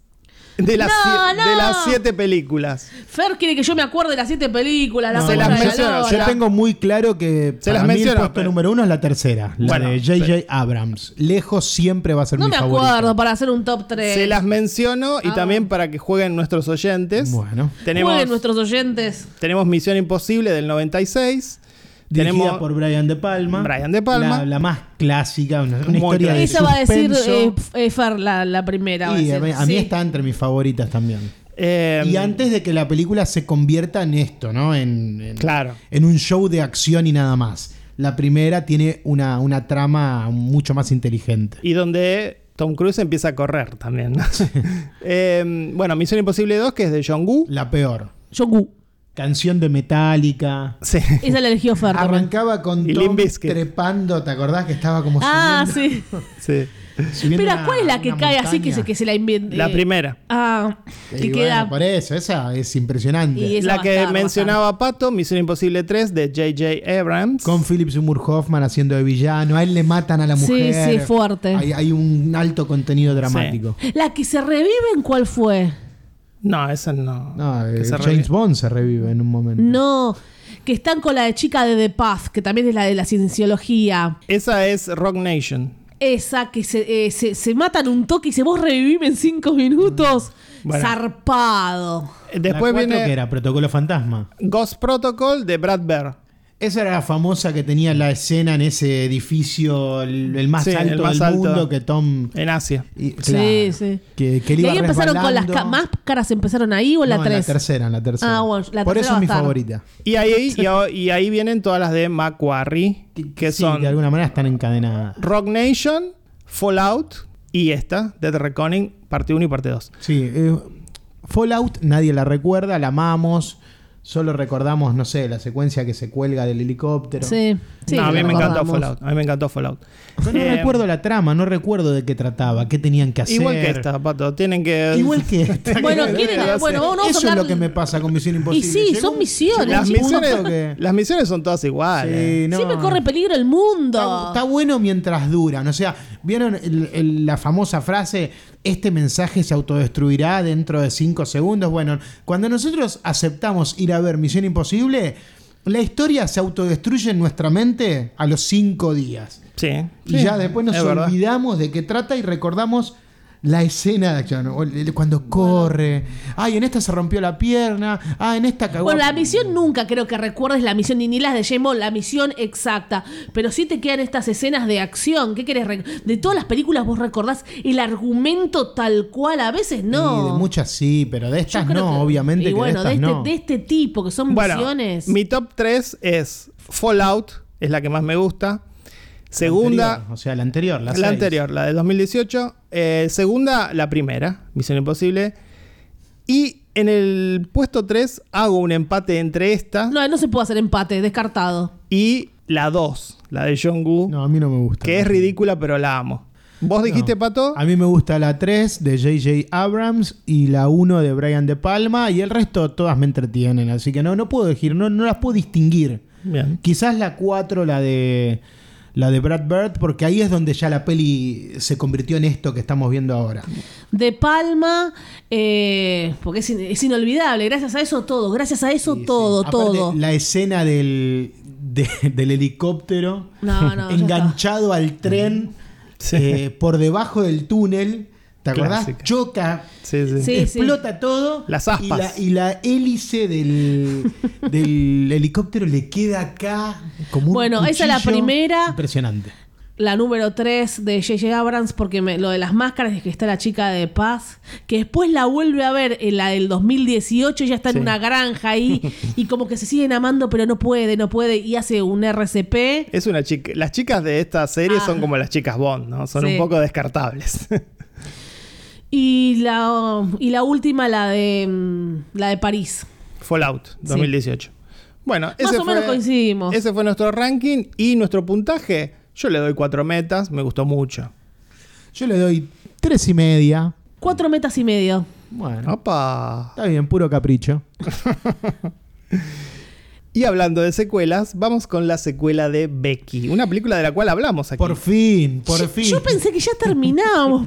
B: de las,
C: No,
B: sie-
C: no.
B: De las siete películas.
C: Fer quiere que yo me acuerde de las siete películas, la
B: No,
C: Hora
B: se las
C: de la
B: menciono,
C: Lora.
B: se
A: Yo tengo muy claro que
B: Se
A: para
B: las
A: mí
B: menciono,
A: el puesto
B: pero-
A: número uno es la tercera, la
B: Bueno,
A: de J.J. Abrams. Lejos siempre va a ser
C: No
A: mi
C: me acuerdo
A: favorita.
C: para hacer un top 3.
B: Se las menciono y
C: Ah.
B: también para que jueguen nuestros oyentes.
A: Bueno,
B: Tenemos,
C: nuestros oyentes.
B: tenemos Misión Imposible del 96.
A: dirigida
B: Tenemos-
A: por Brian De Palma.
B: Brian De Palma.
A: La, la más clásica, una, una
B: Muy
A: historia de
C: Esa va a decir
A: suspenso.
C: eh, F- eh, Fer, la, la primera. va
A: Y a
C: decir.
A: mí, a mí
C: Sí.
A: está entre mis favoritas también.
B: eh,
A: Y antes de que la película se convierta en esto, ¿no? En, en-
B: Claro.
A: en un show de acción y nada más. La primera tiene una, una trama mucho más inteligente.
B: Y donde Tom Cruise empieza a correr también. ¿no? Eh, bueno, Misión Imposible 2, que es de John Woo.
A: La peor.
C: Yongu.
A: Canción de Metallica.
B: Sí.
C: Esa la eligió Fer. también.
A: Arrancaba con
B: Y
A: Tom
B: Limp Bizkit.
A: trepando, ¿te acordás que estaba como
C: Ah, sí.
B: sí.
A: subiendo? subiendo
C: Pero
A: una-
C: ¿cuál es la que
A: una
C: cae así
A: montaña?
C: que se, que se la inventa?
B: La primera.
C: Ah,
A: Y
C: que
A: bueno,
C: queda.
A: Por eso, esa es impresionante.
C: Y es- Esa va
B: La
C: a
B: que
C: estar, va a
B: mencionaba Pato, Misión Imposible 3 de J.J. Abrams.
A: Con Philip Seymour Hoffman haciendo de villano, a él le matan a la
C: Sí,
A: mujer.
C: sí, fuerte.
A: Hay, hay un alto contenido dramático.
C: La que se reviven, ¿cuál fue?
B: No, esa no.
A: No,
B: Que
A: eh,
B: se
A: James
B: revi-
A: Bond se revive en un momento.
C: No, que están con la de chica de The Path, que también es la de la cienciología.
B: Esa es Rock Nation.
C: Esa que se, eh, se, se matan un toque y se vos revivime en cinco minutos.
A: Mm.
B: Bueno.
C: Zarpado.
B: Después
A: la cuatro que
B: viene
A: era Protocolo Fantasma.
B: Ghost Protocol de Brad Bear.
A: Esa era la famosa que tenía la escena en ese edificio, el, el más
B: Sí,
A: alto
B: el más
A: del
B: alto.
A: mundo que Tom.
B: en Asia.
A: y-
C: Sí, sí.
A: Que, que él
C: ¿Y
A: iba
C: ahí empezaron con las ca-
A: resbalando.
C: máscaras? ¿Empezaron ahí o en
A: No,
C: la 3?
A: En la tercera, en la tercera.
C: Ah, bueno, la
A: Por eso
C: tercera va
A: es
C: a
A: mi
C: estar.
A: favorita.
B: Y ahí, y, a- y ahí vienen todas las de Macquarie, que
A: Sí,
B: son
A: de alguna manera están encadenadas.
B: Rock Nation, Fallout y esta, Dead Reckoning, parte 1 y parte 2.
A: Sí, eh, Fallout nadie la recuerda, la amamos. Solo recordamos, no sé, la secuencia que se cuelga del helicóptero.
C: Sí, sí.
B: no, a mí
C: lo
B: me encantó
C: recordamos.
B: Fallout. A mí me encantó Fallout.
A: Pero no
B: Eh,
A: recuerdo la trama, no recuerdo de qué trataba, qué tenían que hacer.
B: Igual que esta, Pato. Tienen que...
A: Igual que esta.
C: Bueno, quieren- bueno, vamos a
A: Eso
C: hablar-
A: es lo que me pasa con Misión
C: Y
A: Imposible.
C: sí,
A: Llegó
C: son
A: un-
C: misiones.
B: las,
C: chicos.
B: misiones,
A: que-
B: las misiones son todas iguales.
A: Sí, no.
C: Siempre corre peligro el mundo.
A: Está, está bueno mientras duran. O sea, ¿vieron el- el- la famosa frase? Este mensaje se autodestruirá dentro de 5 segundos. Bueno, cuando nosotros aceptamos ir a ver Misión Imposible, la historia se autodestruye en nuestra mente a los 5 días.
B: Sí.
A: Y ya después nos
B: es verdad.
A: olvidamos de qué trata y recordamos la escena de acción. O el- el- Cuando corre. Ay, en esta se rompió la pierna. Ah, en esta cagó.
C: Bueno, la misión nunca creo que recuerdes la misión, ni, ni las de James Bond, la misión exacta. Pero sí te quedan estas escenas de acción. ¿Qué querés? rec- De todas las películas vos recordás el argumento tal cual. A veces no.
A: Sí, de muchas sí, pero de
C: Yo
A: estas no,
C: creo que-
A: obviamente.
C: Y
A: que
C: bueno,
A: de, estas
C: de, este,
A: no.
C: de este tipo, que son
B: Bueno,
C: misiones.
B: mi top 3 es Fallout, es la que más me gusta. Segunda,
A: Anterior, o sea, la anterior, la,
B: la,
A: seis.
B: anterior, la del 2018. Eh, segunda, la primera, Misión Imposible. Y en el puesto 3 hago un empate entre esta
C: No, no se puede hacer empate, descartado.
B: y la 2, la de John Woo,
A: No, a mí no me gusta.
B: que es ridícula, pero la amo. ¿Vos dijiste,
A: No.
B: Pato?
A: A mí me gusta la 3 de J.J. Abrams y la 1 de Brian De Palma y el resto todas me entretienen, así que no, no puedo elegir, no, no las puedo distinguir.
B: Bien.
A: Quizás la 4, la de la de Brad Bird, porque ahí es donde ya la peli se convirtió en esto que estamos viendo ahora.
C: De Palma, eh, porque es, in- es inolvidable. Gracias a eso todo, gracias a eso todo,
A: Aparte,
C: todo.
A: La escena del, de- del helicóptero
C: No, Ah, no, ya
A: enganchado al tren
B: Sí.
A: eh, por debajo del túnel. ¿Te acordás?
B: Clásica.
A: Choca,
B: Sí, sí.
C: Sí.
A: explota todo.
B: Las aspas.
A: Y la, y la hélice del, del helicóptero le queda acá como un
C: Bueno, esa es la
A: cuchillo.
C: primera.
A: Impresionante.
C: la número 3 de J.J. Abrams, porque me- lo de las máscaras es que está la chica de paz, que después la vuelve a ver en la del 2018, ya está
B: Sí.
C: en una granja ahí, y como que se siguen amando, pero no puede, no puede, y hace un RCP.
B: Es una chica. Las chicas de esta serie
C: Ah.
B: son como las chicas Bond, ¿no? Son
C: Sí.
B: un poco descartables.
C: Y la, y la última, la de, mm, la de París.
B: Fallout 2018. Bueno, ese
C: o menos
B: fue,
C: coincidimos.
B: Ese fue nuestro ranking y nuestro puntaje. Yo le doy cuatro metas, me gustó mucho.
A: Yo le doy tres y media.
C: Cuatro metas y medio.
A: Bueno,
B: Opa.
A: está bien, puro capricho.
B: Y hablando de secuelas, vamos con la secuela de Becky, una película de la cual hablamos aquí.
A: Por fin, por
C: Yo-
A: fin.
C: Yo pensé que ya terminábamos,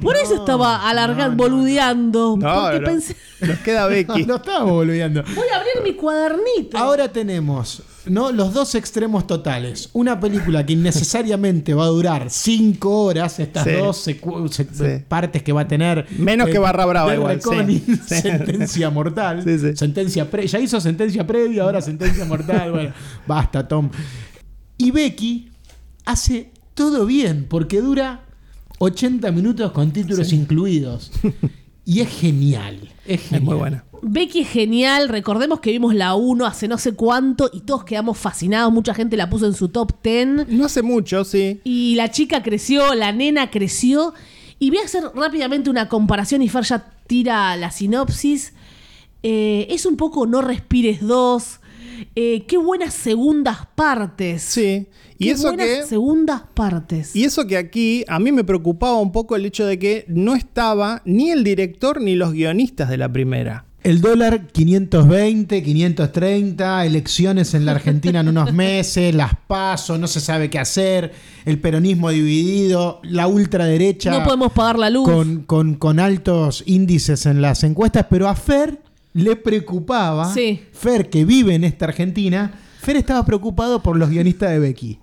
C: por eso estaba alargando, boludeando.
B: no,
C: porque
B: no,
C: pensé,
B: nos queda Becky.
A: No estábamos volviendo.
C: voy a abrir mi cuadernito.
A: Ahora tenemos ¿no? los dos extremos totales. Una película que innecesariamente va a durar cinco horas, estas
B: Sí.
A: dos secu- se-
B: Sí.
A: partes que va a tener.
B: Menos que Barra Brava
A: Del
B: igual,
A: Reconin,
B: sí. Sí.
A: sentencia mortal.
B: Sí, sí.
A: Sentencia pre- ya hizo sentencia previa, ahora sentencia mortal. Bueno, basta, Tom. Y Becky hace todo bien, porque dura 80 minutos con títulos incluidos. Y es genial. Es,
B: Es
A: genial.
B: muy buena.
C: Becky es genial, recordemos que vimos la 1 hace no sé cuánto y todos quedamos fascinados, mucha gente la puso en su top 10
B: No hace mucho, sí.
C: y la chica creció, la nena creció y voy a hacer rápidamente una comparación y Fer ya tira la sinopsis. Eh, es un poco No Respires 2, eh, qué buenas segundas partes.
B: Sí. Y
C: Qué
B: eso
C: buenas
B: que.
C: segundas partes.
B: Y eso que aquí a mí me preocupaba un poco el hecho de que no estaba ni el director ni los guionistas de la primera.
A: El dólar 520, 530, elecciones en la Argentina en unos meses, las pasos, no se sabe qué hacer, el peronismo dividido, la ultraderecha.
C: no podemos pagar la luz.
A: con, con- con altos índices en las encuestas, pero a Fer le preocupaba.
C: Sí.
A: Fer, que vive en esta Argentina, Fer estaba preocupado por los guionistas de Becky.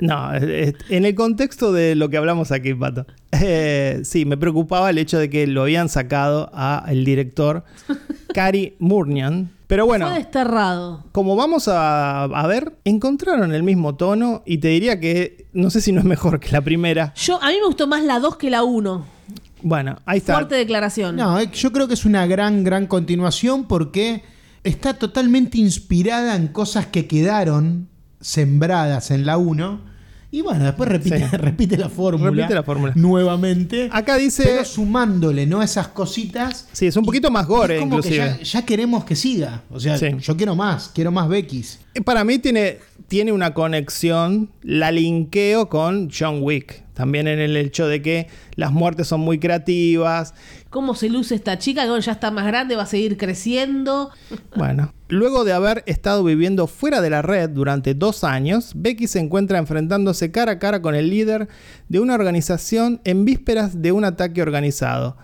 B: No, eh, eh, en el contexto de lo que hablamos aquí, Pato. Eh, sí, me preocupaba el hecho de que lo habían sacado al director Cary Murnian. Pero bueno,
C: Fue desterrado.
B: como vamos a, a ver, encontraron el mismo tono y te diría que no sé si no es mejor que la primera.
C: Yo, a mí me gustó más la 2 que la 1.
B: Bueno, ahí está.
C: Fuerte declaración.
A: No, eh, yo creo que es una gran, gran continuación porque está totalmente inspirada en cosas que quedaron sembradas en la 1. Y bueno, después repite,
B: Sí.
A: repite la fórmula.
B: Repite la fórmula.
A: Nuevamente.
B: Acá dice-
A: Pero sumándole, ¿no? Esas cositas.
B: Sí, es un poquito más gore,
A: Es como que
B: inclusive.
A: ya, ya queremos que siga. O sea,
B: Sí.
A: yo quiero más, quiero más Beckys.
B: Eh, Para mí tiene, tiene una conexión, la linkeo con John Wick. También en el hecho de que las muertes son muy creativas.
C: ¿Cómo se luce esta chica? Que ahora ya está más grande, va a seguir creciendo.
B: Bueno. Luego de haber estado viviendo fuera de la red durante dos años, Becky se encuentra enfrentándose cara a cara con el líder de una organización en vísperas de un ataque organizado.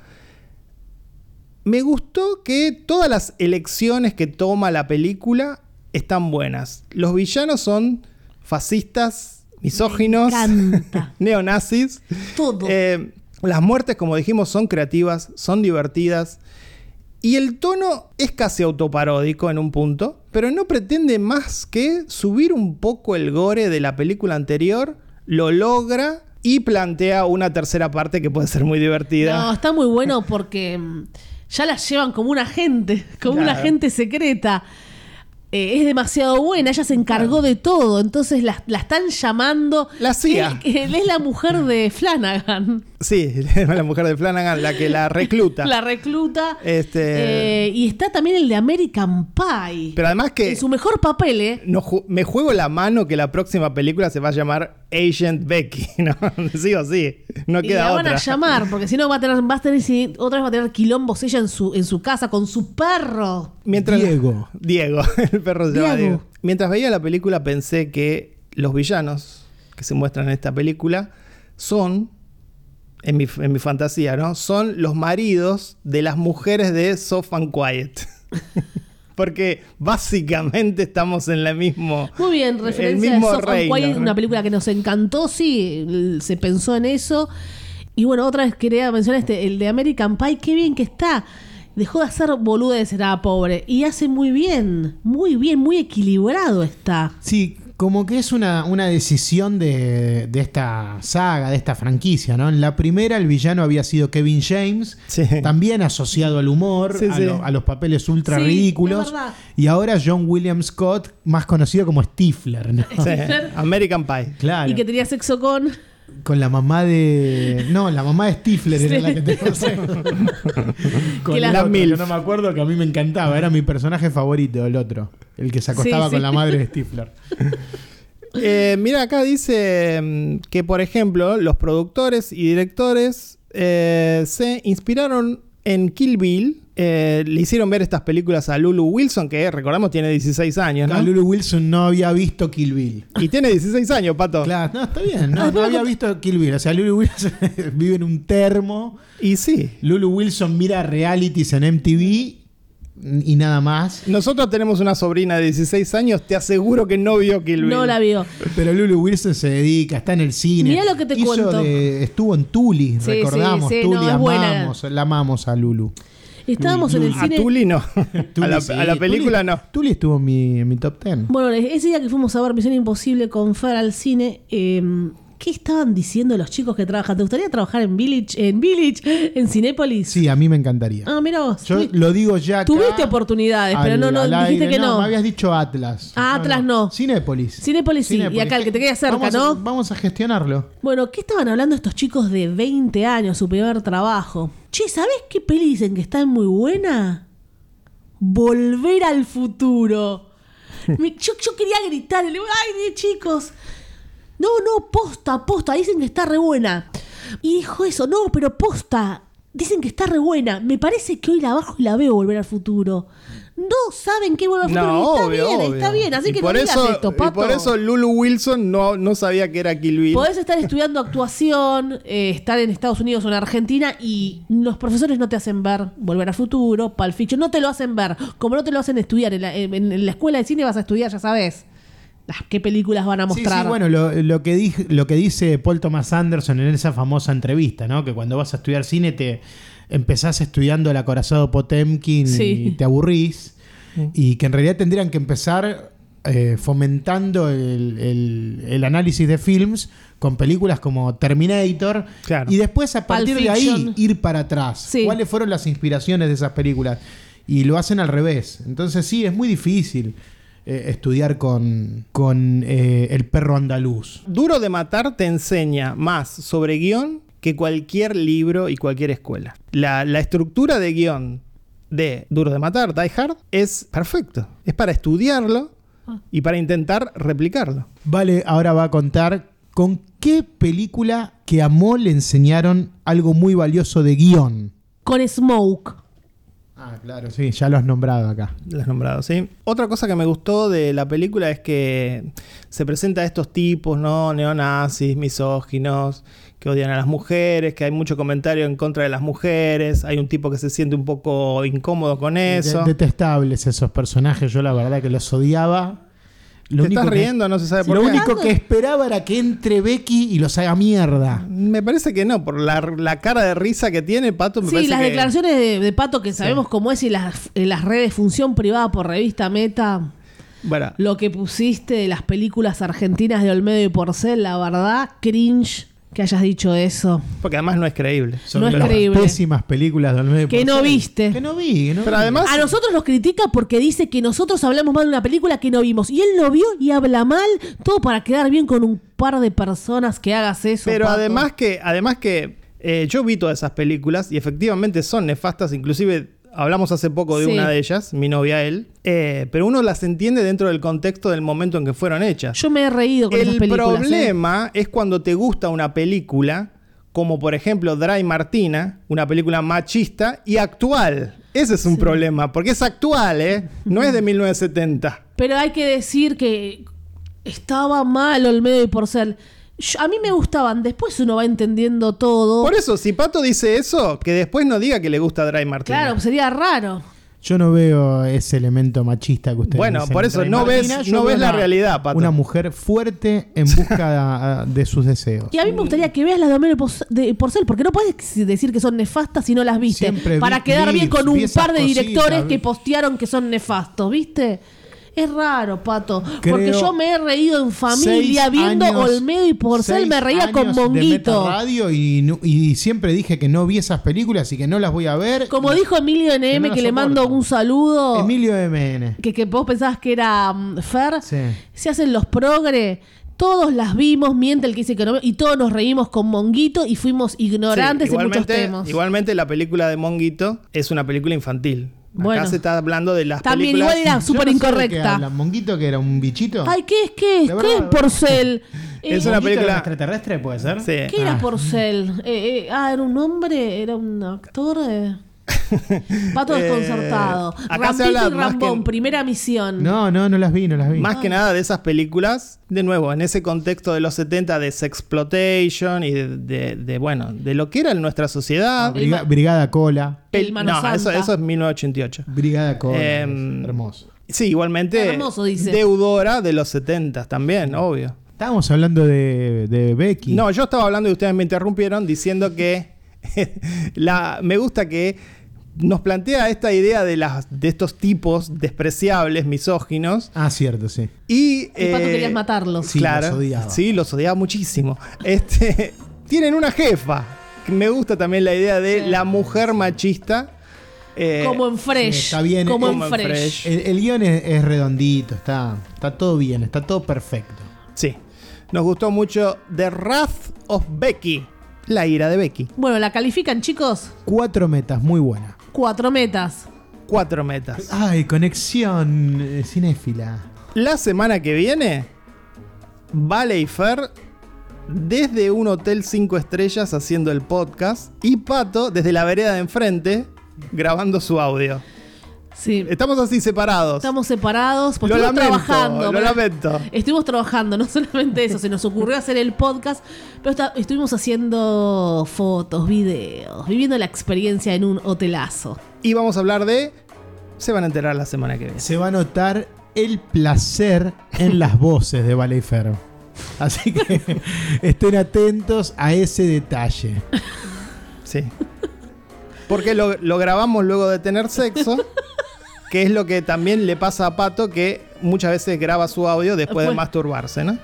B: Me gustó que todas las elecciones que toma la película están buenas. Los villanos son fascistas, misóginos,
C: Canta.
B: neonazis.
C: Todo.
B: Eh, las muertes, como dijimos, son creativas, son divertidas. Y el tono es casi autoparódico en un punto, pero no pretende más que subir un poco el gore de la película anterior, lo logra y plantea una tercera parte que puede ser muy
C: no,
B: divertida.
C: está muy bueno porque mm, ya la llevan como una agente, como una
B: Claro.
C: agente secreta. Eh, es demasiado buena, ella se encargó de todo, entonces la, la están llamando.
B: La CIA.
C: Él- él es la mujer de Flanagan.
B: Sí, la mujer de Flanagan, la que la recluta.
C: La recluta.
B: Este-
C: Eh, y está también el de American Pie.
B: Pero además que
C: en su mejor papel, ¿eh?
B: no ju- me juego la mano que la próxima película se va a llamar Agent Becky, ¿no? sí o sí, no
C: Y
B: queda
C: la van
B: otra.
C: a llamar, porque si no va a tener, va a tener si- otra vez va a tener quilombos ella en su, en su casa con su perro.
B: Mientras
A: Diego.
B: Diego, el perro se llama
C: Diego.
B: Diego. Mientras veía la película pensé que los villanos que se muestran en esta película son, en mi, en mi fantasía, ¿no? Son los maridos de las mujeres de Soft and Quiet. Porque básicamente estamos en la mismo...
C: Muy bien,
B: el
C: referencia
B: mismo
C: de Soft and
B: reino,
C: Quiet,
B: ¿no?
C: una película que nos encantó, sí, l- se pensó en eso. Y bueno, otra vez quería mencionar este, el de American Pie, qué bien que está. Dejó de hacer boludeces, era pobre. Y hace muy bien, muy bien, muy equilibrado está.
A: Sí, Como que es una, una decisión de, de esta saga, de esta franquicia, ¿no? En la primera el villano había sido Kevin James,
B: Sí.
A: también asociado al humor,
B: Sí,
A: a,
B: sí.
A: lo- a los papeles ultra
C: Sí, es
A: ridículos.
C: verdad.
A: Y ahora John William Scott, más conocido como Stifler, ¿no?
B: Sí, eh, American Pie.
A: Claro.
C: Y que tenía sexo con.
A: Con la mamá de. No, la mamá de Stifler era
C: Sí.
A: la que te Con
C: Que la-
A: el
C: La
A: otro,
B: MILF.
A: que no me acuerdo que a mí me encantaba. Era mi personaje favorito, el otro. El que se acostaba
C: Sí, sí.
A: con la madre de Stifler.
B: Eh, mira, acá dice mm, que, por ejemplo, los productores y directores eh, se inspiraron en Kill Bill. eh, le hicieron ver estas películas a Lulu Wilson, que recordamos tiene 16 años, ¿no?
A: No, Lulu Wilson no había visto Kill Bill.
B: Y tiene 16 años, pato.
A: Claro, no, está bien. No, no había visto Kill Bill. O sea, Lulu Wilson vive en un termo.
B: Y sí.
A: Lulu Wilson mira realities en MTV y nada más.
B: Nosotros tenemos una sobrina de 16 años, te aseguro que no vio Kill Bill.
C: No la vio.
A: Pero Lulu Wilson se dedica, está en el cine.
C: Mirá lo que te
A: Hizo
C: cuento.
A: de- estuvo en Tuli,
C: Sí,
A: recordamos.
C: sí, sí,
A: Tuli,
C: no, es buena.
A: amamos, la amamos a Lulu.
C: Estábamos en el
B: A
C: cine.
B: Tuli no.
A: Tuli,
B: a, la,
A: sí.
B: a la película
A: Tuli-
B: no.
A: Tuli estuvo en mi, en mi top 10.
C: Bueno, ese día que fuimos a ver Misión Imposible con Fer al cine, eh, ¿qué estaban diciendo los chicos que trabajan? ¿Te gustaría trabajar en Village, en Village, en Cinépolis?
A: Sí, a mí me encantaría.
C: Ah, mira vos.
A: Yo
C: Tuviste-
A: lo digo ya. acá,
C: Tuviste oportunidades, pero no,
A: al-
C: no,
A: al
C: dijiste
A: aire.
C: que no.
A: Me habías dicho Atlas.
C: Ah, Atlas no.
A: Cinépolis.
C: Cinépolis sí, y acá el que te queda cerca,
A: Vamos a-
C: ¿no?
A: Vamos a gestionarlo.
C: Bueno, ¿qué estaban hablando estos chicos de 20 años, su primer trabajo? Che, ¿sabés qué peli dicen que está muy buena? Volver al futuro. Me- yo, yo quería gritar, le digo, ay, chicos. No, no, posta, posta, dicen que está re buena. Y dijo eso, no, pero posta, dicen que está re buena. Me parece que hoy la bajo y la veo volver al futuro. No saben qué es volver al futuro.
B: No,
C: y está
B: obvio,
C: bien,
B: obvio.
C: está bien, así
B: Y
C: que
B: por
C: no digas
B: eso,
C: esto,
B: y
C: pato.
B: por eso Lulu Wilson no, no sabía que era Kill Bill.
C: Podés estar estudiando actuación, eh, estar en Estados Unidos o en Argentina y los profesores no te hacen ver Volver al Futuro, Pulp Fiction, no te lo hacen ver. Como no te lo hacen estudiar, en la, en- en la escuela de cine vas a estudiar, ya sabes, las, qué películas van a
A: Sí,
C: mostrar.
A: sí, bueno, lo, lo que dij- lo que dice Paul Thomas Anderson en esa famosa entrevista, ¿no? Que cuando vas a estudiar cine te empezás estudiando el acorazado Potemkin
C: Sí.
A: y te aburrís. Y que en realidad tendrían que empezar eh, fomentando el, el- el análisis de films con películas como Terminator.
B: Claro.
A: Y después a partir de ahí
C: Fiction.
A: ir para atrás.
C: Sí.
A: ¿Cuáles fueron las inspiraciones de esas películas? Y lo hacen al revés. Entonces sí, es muy difícil eh, estudiar con, con eh, el perro andaluz.
B: Duro de matar te enseña más sobre guión que cualquier libro y cualquier escuela. La, la estructura de guión de Duro de matar, Die Hard, es perfecto. Es para estudiarlo y para intentar replicarlo.
A: Vale, ahora va a contar con qué película que amó le enseñaron algo muy valioso de guión.
C: Con Smoke.
A: Ah, claro, sí, ya lo has nombrado acá.
B: Las nombrado, sí. Otra cosa que me gustó de la película es que se presenta a estos tipos, ¿no? Neonazis, misóginos, que odian a las mujeres, que hay mucho comentario en contra de las mujeres, hay un tipo que se siente un poco incómodo con eso.
A: De- detestables esos personajes, yo la verdad que los odiaba. Lo
B: Te
A: único
B: estás
A: que-
B: riendo, no se sabe por
A: Lo
B: qué.
A: único que esperaba era que entre Becky y los haga mierda.
B: Me parece que no, por la, la cara de risa que tiene, Pato, me
C: Sí,
B: parece
C: las
B: que-
C: declaraciones de, de Pato que sabemos cómo es y las, en las redes Función Privada por Revista Meta,
B: Bueno,
C: lo que pusiste de las películas argentinas de Olmedo y Porcel, la verdad, cringe que hayas dicho eso.
B: porque además no es creíble.
C: No es
A: las
C: creíble.
A: pésimas películas de Olmedo y
C: Que no
A: Porcel.
C: viste.
A: Que no vi, que no
B: Pero
A: vi.
B: además...
C: A nosotros nos critica porque dice que nosotros hablamos mal de una película que no vimos. Y él lo vio y habla mal, todo para quedar bien con un par de personas que hagas eso.
B: Pero
C: Pato.
B: además que, además que eh, yo vi todas esas películas y efectivamente son nefastas, inclusive hablamos hace poco de
C: Sí.
B: una de ellas, mi novia él, eh, pero uno las entiende dentro del contexto del momento en que fueron hechas.
C: Yo me he reído con esas
B: El
C: películas. ¿eh?
B: problema es cuando te gusta una película, como por ejemplo Dry Martina, una película machista y actual. Ese es un problema, porque es actual, ¿eh? No es de 1970.
C: Pero hay que decir que estaba mal Olmedo y Porcel. Yo- a mí me gustaban. Después uno va entendiendo todo.
B: Por eso, si Pato dice eso, que después no diga que le gusta Dry Martina.
C: Claro, sería raro.
A: Yo no veo ese elemento machista que ustedes
B: Bueno,
A: dicen.
B: por eso
A: Entre
B: no ves-
A: yo
B: no
A: veo
B: ves la realidad, Pato.
A: Una mujer fuerte en busca de, de sus deseos.
C: Y a mí me gustaría que veas las de Homero Pos- de Porcel, porque no puedes decir que son nefastas si no las viste.
A: Siempre vi
C: para quedar bien
A: clips,
C: con
A: vi
C: un
A: esas
C: par de
A: cositas,
C: directores
A: vi-
C: que postearon que son nefastos, ¿viste? Es raro, Pato. porque
A: Creo
C: yo me he reído en familia
A: Seis
C: viendo
A: años-
C: Olmedo y Porcel,
A: seis
C: me reía con
A: años de Meta
C: Bonguito.
A: Radio y, nu- y siempre dije que no vi esas películas y que no las voy a ver.
C: Como
A: Y-
C: dijo Emilio NM,
A: Que no
C: que,
A: la
C: le mando
A: soporto.
C: un saludo,
A: Emilio MN.
C: que, que vos pensabas que era mm, Fer,
A: Sí.
C: se hacen los progre. Todos las vimos, miente el que dice que no, y todos nos reímos con Monguito y fuimos ignorantes
B: Sí,
C: en muchos
B: igualmente,
C: temas.
B: igualmente la película de Monguito es una película infantil.
C: Bueno.
B: Acá se está hablando de las
C: También
B: películas.
C: igual era
A: Yo no
C: súper
A: sé de qué
C: incorrecta.
A: hablan. Monguito que era un bichito.
C: Ay, ¿qué es qué es?
A: De
C: ¿Qué
A: verdad,
C: es
A: de
C: Porcel? Eh,
B: Es una
D: ¿Monguito era un
B: película.
D: extraterrestre, puede ser?
B: Sí.
C: ¿Qué era
A: Ah.
C: Porcel? Eh, eh, ah, ¿era un hombre? ¿Era un actor? Eh, Pato
B: Eh,
C: desconcertado.
B: acá se habla
C: Rampito y
B: más
C: Rambón,
B: que-
C: primera misión.
A: No, no, no las vi, no las vi.
B: Más
C: Ah.
B: que nada de esas películas, de nuevo, en ese contexto de los 70 de sexploitation y de, de- de, bueno, de lo que era en nuestra
C: Ah,
B: sociedad.
A: Briga- Brigada Cola.
B: Pel-
C: El Mano
B: no, eso,
C: Santa.
B: eso es 1988.
A: Brigada Cola.
B: Em,
A: es hermoso.
B: Sí, igualmente
C: Hermoso, dice.
B: deudora de los 70 también, obvio.
A: Estábamos hablando de, de Becky.
B: No, yo estaba hablando y ustedes me interrumpieron diciendo que la, me gusta que nos plantea esta idea de, las, de estos tipos despreciables, misóginos.
A: Ah, cierto, sí.
B: Y,
C: Y Pato
B: eh,
C: querías matarlos.
A: sí,
B: claro,
A: los odiaba.
B: Sí, los odiaba muchísimo. Este, tienen una jefa. Me gusta también la idea de la mujer machista. eh,
C: como en Fresh.
A: sí, está bien,
C: Como,
B: como
C: en
B: en
C: Fresh.
B: Fresh.
A: El, el guión es, es redondito, está, está todo bien, está todo perfecto.
B: Sí. Nos gustó mucho The Wrath of Becky. La ira de Becky.
C: Bueno, la califican, chicos.
A: Cuatro metas, muy buena.
C: Cuatro metas.
B: Cuatro metas.
A: Ay, conexión eh, cinéfila.
B: La semana que viene, Vale y Fer desde un hotel cinco estrellas haciendo el podcast y Pato desde la vereda de enfrente grabando su audio.
C: Sí.
B: Estamos así separados.
C: Estamos separados porque
B: lo
C: estuvimos
B: lamento,
C: trabajando.
B: lo
C: pero-
B: lamento.
C: Estuvimos trabajando, no solamente eso, se nos ocurrió hacer el podcast, pero está- estuvimos haciendo fotos, videos, viviendo la experiencia en un hotelazo.
B: Y vamos a hablar de... Se van a enterar la semana que viene.
A: Se va a notar el placer en las voces de Vale y Fer. Así que estén atentos a ese detalle.
B: Sí. Porque lo, lo grabamos luego de tener sexo, que es lo que también le pasa a Pato, que muchas veces graba su audio después de
C: Bueno.
B: masturbarse, ¿no?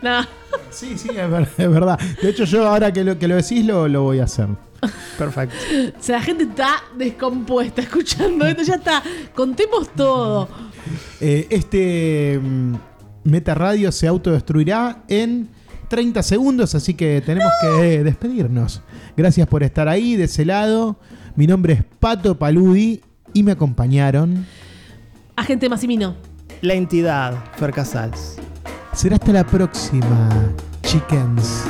C: Nada.
A: Sí, sí, es, ver- es verdad. De hecho, yo ahora que lo, que lo decís, lo, lo voy a hacer.
B: Perfecto.
C: O sea, la gente está descompuesta escuchando esto, ya está, contemos todo.
A: Eh, este mm, Meta Radio se autodestruirá en 30 segundos, así que tenemos que eh, despedirnos. Gracias por estar ahí, de ese lado. Mi nombre es Pato Paludi y me acompañaron.
C: Agente Massimino.
B: La entidad, Fer Casals.
A: Será hasta la próxima, chickens.